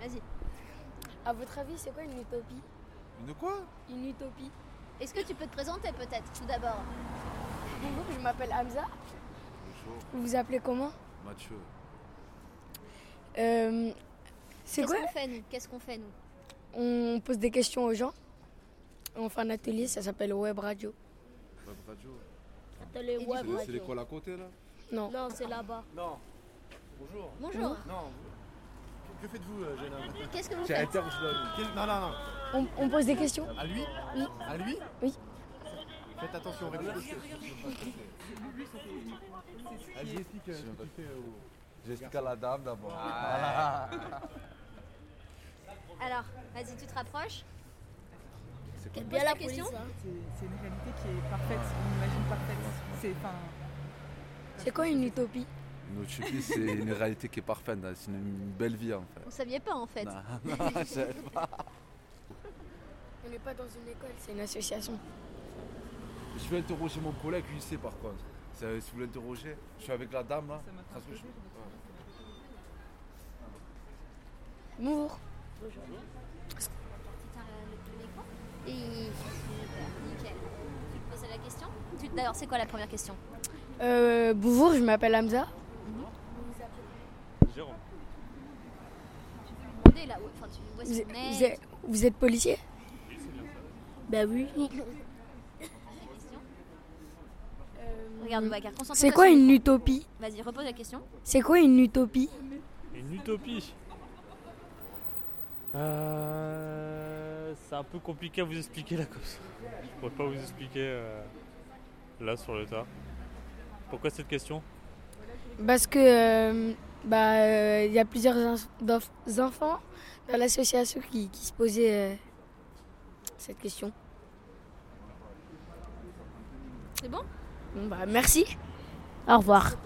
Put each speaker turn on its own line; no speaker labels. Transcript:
Vas-y.
À votre avis, c'est quoi une utopie
Une quoi
Une utopie
Est-ce que tu peux te présenter peut-être tout d'abord
Bonjour, je m'appelle Hamza.
Bonjour,
Vous vous appelez comment
Mathieu.
Euh, C'est
Qu'est-ce
quoi
qu'on fait nous Qu'est-ce qu'on fait nous
On pose des questions aux gens. On fait un atelier, ça s'appelle Web Radio.
Web Radio.
Télé
Il
C'est-
web
c'est
radio.
l'école à côté là
Non.
Non, c'est là-bas.
Non. Bonjour.
Bonjour.
Non. Que- Que faites-vous, euh, jeune homme
Qu'est-ce que vous faites
Qu'est- Non, non, non.
On, on pose des questions
À lui
Oui.
À lui
Oui.
Faites attention, répétez. Vas-y, explique euh, ce que tu fais euh, au-
J'explique à la dame d'abord.
Ah.
Alors, vas-y, tu te rapproches. Que- pose
Bien
ta
la hein. question.
question.
C'est c'est une réalité qui est parfaite, une imagine parfaite. C'est enfin.
C'est quoi une utopie
Une utopie, c'est une réalité qui est parfaite, hein. c'est une, une belle vie en fait.
Vous saviez pas en fait.
Non, non, je savais pas.
On n'est pas dans une école, c'est une association.
Je vais interroger mon collègue, lui il sait par contre. Ça, Si vous l'interrogez, je suis avec la dame là.
Ça m'a fait
Parce que je-
plaisir
Bonjour.
Putain, euh, le micro. Et super, nickel. Tu te posais la question Tu- D'ailleurs, c'est quoi la première question
Euh, bonjour, je m'appelle Hamza.
Jérôme,
On est là, ouais, enfin, tu vois
Vous
si
êtes,
on
vous
est.
êtes- vous êtes policier
Bah oui.
la question. Regarde, Boubacar, concentration.
C'est quoi une utopie
Vas-y, repose la question.
C'est quoi une utopie
une utopie. Euh, c'est un peu compliqué à vous expliquer là comme ça. Je pourrais pas vous expliquer euh, là sur le tas. Pourquoi cette question
Parce que euh, bah euh, il y a plusieurs enf- d'enf- enfants dans l'association qui, qui se posaient euh, cette question.
C'est bon
Bon, bah, merci.
Au revoir.